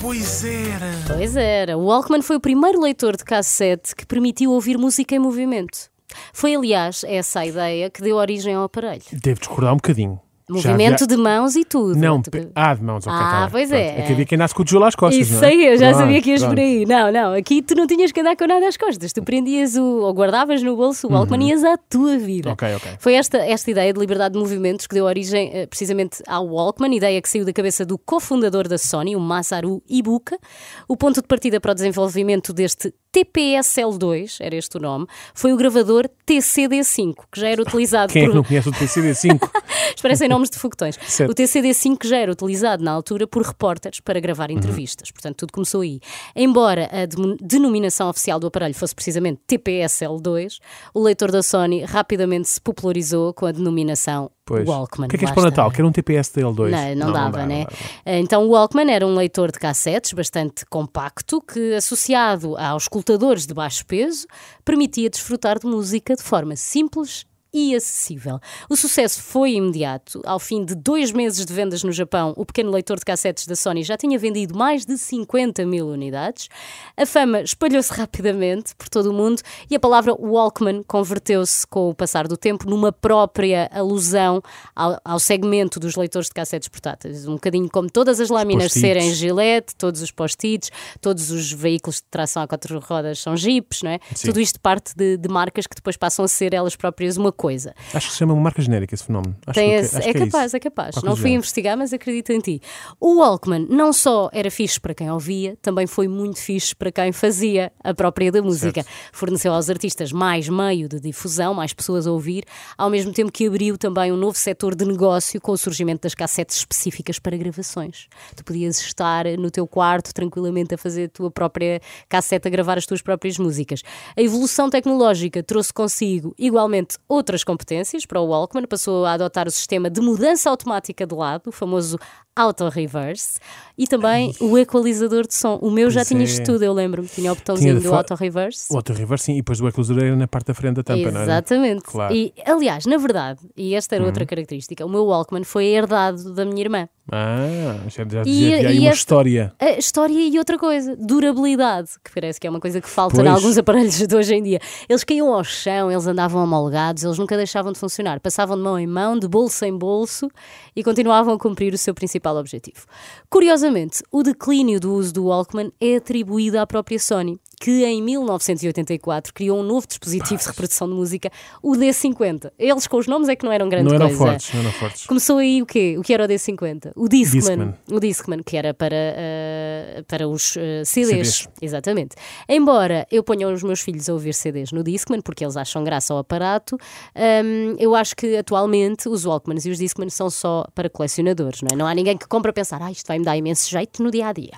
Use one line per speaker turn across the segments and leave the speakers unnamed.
Pois era.
Pois era, o Walkman foi o primeiro leitor de cassete que permitiu ouvir música em movimento. Foi, aliás, essa a ideia que deu origem ao aparelho.
Devo discordar um bocadinho. Já
Movimento
havia-
de mãos e tudo.
Não,
Tipo,
pe- ah, de mãos, ok.
Ah,
tá bem.
pois
Pronto.
é.
É que havia quem nasce com o tijolo às costas.
Isso
não é?
aí, eu já
Pronto,
sabia que ias por
pronto.
aí. Não, não, aqui tu não tinhas que andar com nada às costas. Tu prendias o, ou guardavas no bolso o Walkman e ias à tua vida.
Uhum. Ok, ok.
Foi esta, esta ideia de liberdade de movimentos que deu origem eh, precisamente ao Walkman, ideia que saiu da cabeça do cofundador da Sony, o Masaru Ibuka. O ponto de partida para o desenvolvimento deste TPSL2, era este o nome, foi o gravador TCD5, que já era utilizado
Quem é que
por...
não conhece o TCD5?
Isto parecem nomes de foguetões.
Certo.
O TCD5 já era utilizado na altura por repórteres para
Uhum.
gravar entrevistas, portanto tudo começou aí. Embora a demo- denominação oficial do aparelho fosse precisamente TPSL2, o leitor da Sony rapidamente se popularizou com a denominação
Pois.
Walkman.
O que é que és
Lá
para o
está.
Natal? Quero um TPS DL2.
Não, não, dava,
dá,
né?
dá.
Então o Walkman era um leitor de cassetes bastante compacto que, associado aos escutadores de baixo peso, permitia desfrutar de música de forma simples e acessível. O sucesso foi imediato. Ao fim de dois meses de vendas no Japão, o pequeno leitor de cassetes da Sony já tinha vendido mais de 50 mil unidades. A fama espalhou-se rapidamente por todo o mundo e a palavra Walkman converteu-se com o passar do tempo numa própria alusão ao, ao segmento dos leitores de cassetes portáteis. Um bocadinho como todas as lâminas
post-its.
serem gilete, todos os post-its, todos os veículos de tração a quatro rodas são jipes, não é?
Sim.
Tudo isto parte de, de marcas que depois passam a ser elas próprias uma coisa.
Acho que se chama marca genérica esse fenómeno. Acho
Tem
que,
esse-
acho
é,
que
capaz,
isso.
é, capaz.
Qualquer
Não
coisa
fui
do
investigar, mas acredito em ti. O Walkman não só era fixe para quem ouvia, também foi muito fixe para quem fazia a própria da música. Forneceu aos artistas mais meio de difusão, mais pessoas a ouvir, ao mesmo tempo que abriu também um novo setor de negócio com o surgimento das cassetes específicas para gravações. Tu podias estar no teu quarto tranquilamente a fazer a tua própria cassete, a gravar as tuas próprias músicas. A evolução tecnológica trouxe consigo igualmente outras competências para o Walkman, passou a adotar o sistema de mudança automática de lado, o famoso auto reverse, e também o equalizador de som. O meu já
Pois
tinha
é.
isto tudo, eu lembro-me, tinha o botãozinho
de
do
fo-
auto reverse.
O outro reverse, sim, e depois do eclosureiro na parte da frente da tampa, não é?
Exatamente.
Claro. Uhum.
E, aliás, na verdade, e esta era outra característica, o meu Walkman foi herdado da minha irmã.
Ah, já, já, já
E-
havia
e
aí uma
este-
história.
A história e outra coisa, durabilidade, que parece que é uma coisa que falta em
Pois.
alguns aparelhos de hoje em dia. Eles caíam ao chão, eles andavam homologados, eles nunca deixavam de funcionar, passavam de mão em mão, de bolso em bolso e continuavam a cumprir o seu principal objetivo. Curiosamente, o declínio do uso do Walkman é atribuído à própria Sony, que em 1984 criou um novo dispositivo de reprodução de música, o D50. Eles com os nomes é que não eram grande
Não eram
coisa.
fortes, não eram fortes.
Começou aí o quê? O que era o D50? O Discman.
Discman.
O Discman, que era para, ah, para os ah, CDs.
CDs.
Exatamente. Embora eu ponha os meus filhos a ouvir CDs no Discman, porque eles acham graça ao aparato, hum, eu acho que atualmente os Walkmans e os Discman são só para colecionadores, não é? Não há ninguém que compra a pensar, ah, isto vai-me dar imenso jeito no dia a dia.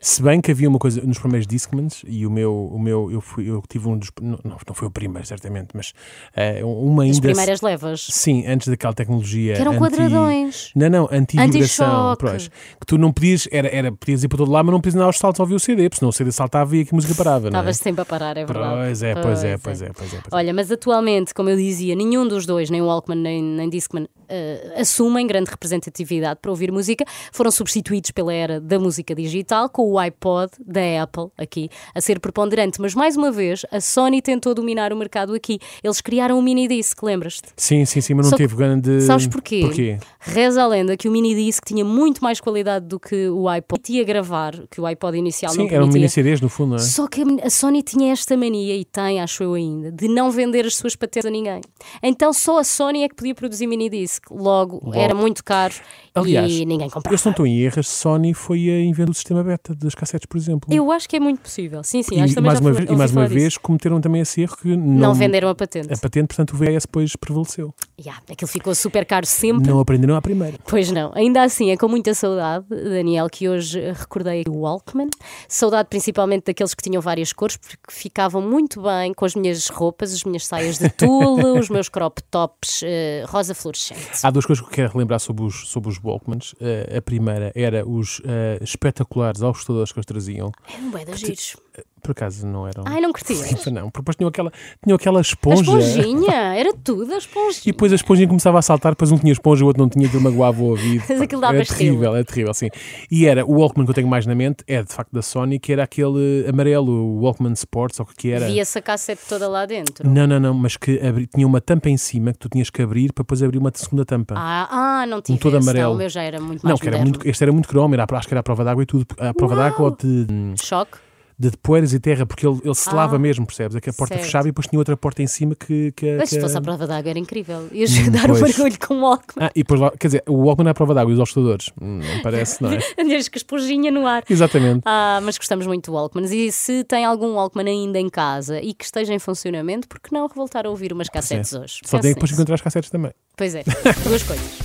Se bem que havia uma coisa nos primeiros Discmans e o meu, o meu eu, fui, eu tive um dos. Não, não foi o primeiro, certamente, mas eh, uma
As
ainda.
primeiras levas,
Sim, antes daquela tecnologia.
que eram
anti-
quadradões.
Não, não, anti-vibração.
Anti-choque.
pois. Que tu não podias, era, era, podias ir para todo lado, mas não podias andar aos saltos a ouvir o CD, porque senão o CD saltava e aqui a música parava, não é?
Estavas sempre a parar, é verdade.
Pois é, pois é, pois é, pois é. pois é.
Olha, mas atualmente, como eu dizia, nenhum dos dois, nem o Walkman nem, nem Discman, eh, assumem grande representatividade para ouvir música. Foram substituídos pela era da música digital, com o iPod da Apple aqui a ser preponderante. Mas mais uma vez, a Sony tentou dominar o mercado aqui. Eles criaram o mini disc, lembras-te?
Sim, sim, sim, mas não
Só que-
teve grande.
Sabes porquê?
Porquê?
Reza a lenda que o mini disc tinha muito mais qualidade do que o iPod. Tinha gravar, que o iPod inicial não
Sim, um
permitia.
eram mini CDs no fundo, não é?
Só que a Sony tinha esta mania, e tem, acho eu ainda, de não vender as suas patentes a ninguém. Então só a Sony é que podia produzir minidisc. Logo, era muito caro
Aliás,
e ninguém
Eu se não
comprava.
estou em erras, Sony foi a inventar o sistema beta das cassetes, por exemplo.
Eu acho que é muito possível. Sim, sim, acho que
e,
também
mais
já
uma,
fui-
vez- e
ouvi
mais uma
falar disso.
vez cometeram também esse erro que não, É.
Não, venderam a patente.
a patente, portanto o VHS depois prevaleceu.
Yeah, aquilo ficou super caro sempre.
Não aprenderam à primeira.
Pois não, ainda assim é com muita saudade, Daniel, que hoje recordei o Walkman. Saudade principalmente daqueles que tinham várias cores, porque ficavam muito bem com as minhas roupas, as minhas saias de tule, os meus crop tops eh, rosa fluorescente.
Há duas coisas que eu quero relembrar sobre os, sobre os Walkmans. Eh, a primeira era os eh, espetaculares aos que tipo eles traziam.
É um bué de giros.
Por acaso não eram.
Ai, não curtias?
Não, porque depois tinham aquela, tinham aquela
A
esponja.
esponjinha, era tudo, a esponjinha.
E depois a esponjinha começava a saltar, depois um tinha esponja, o outro não tinha, aquilo magoava o ouvido.
Mas aquilo dava
era
estilo.
terrível, era terrível, sim. E era, o Walkman que eu tenho mais na mente é de facto da Sony, que era aquele amarelo, o Walkman Sports, ou o que é que era.
Via-se a cassete toda lá dentro.
Não, não, não, mas que abri- tinha uma tampa em cima que tu tinhas que abrir para depois abrir uma segunda tampa.
Ah, ah, não tive.
todo
esse,
Um amarelo.
Não, o meu já era muito
não,
mais
que era
moderno.
muito, este era muito cromo, era, à- acho que era a prova d'água e tudo. A prova d'água ou de,
Choque.
de poeiras e terra, porque ele, ele selava
Ah,
mesmo, percebes? É que a porta
certo.
fechava e depois tinha outra porta em cima que. que,
Mas se
que-
fosse à prova d'água era incrível. Ias dar um
Hum, pois.
mergulho com o Walkman.
Ah, e depois lá, quer dizer, o Walkman é a prova d'água e os obstadores. Hum, não parece, não é?
Andas com a esponjinha no ar.
Exatamente.
Ah, mas gostamos muito de Walkmans. E se tem algum Walkman ainda em casa e que esteja em funcionamento, por que não voltar a ouvir umas cassetes
Sim.
hoje?
Ah, é. Só
Pense
tem que depois
nisso.
encontrar as cassetes também.
Pois é, duas coisas.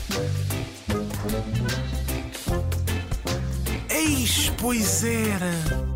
Eis, pois era.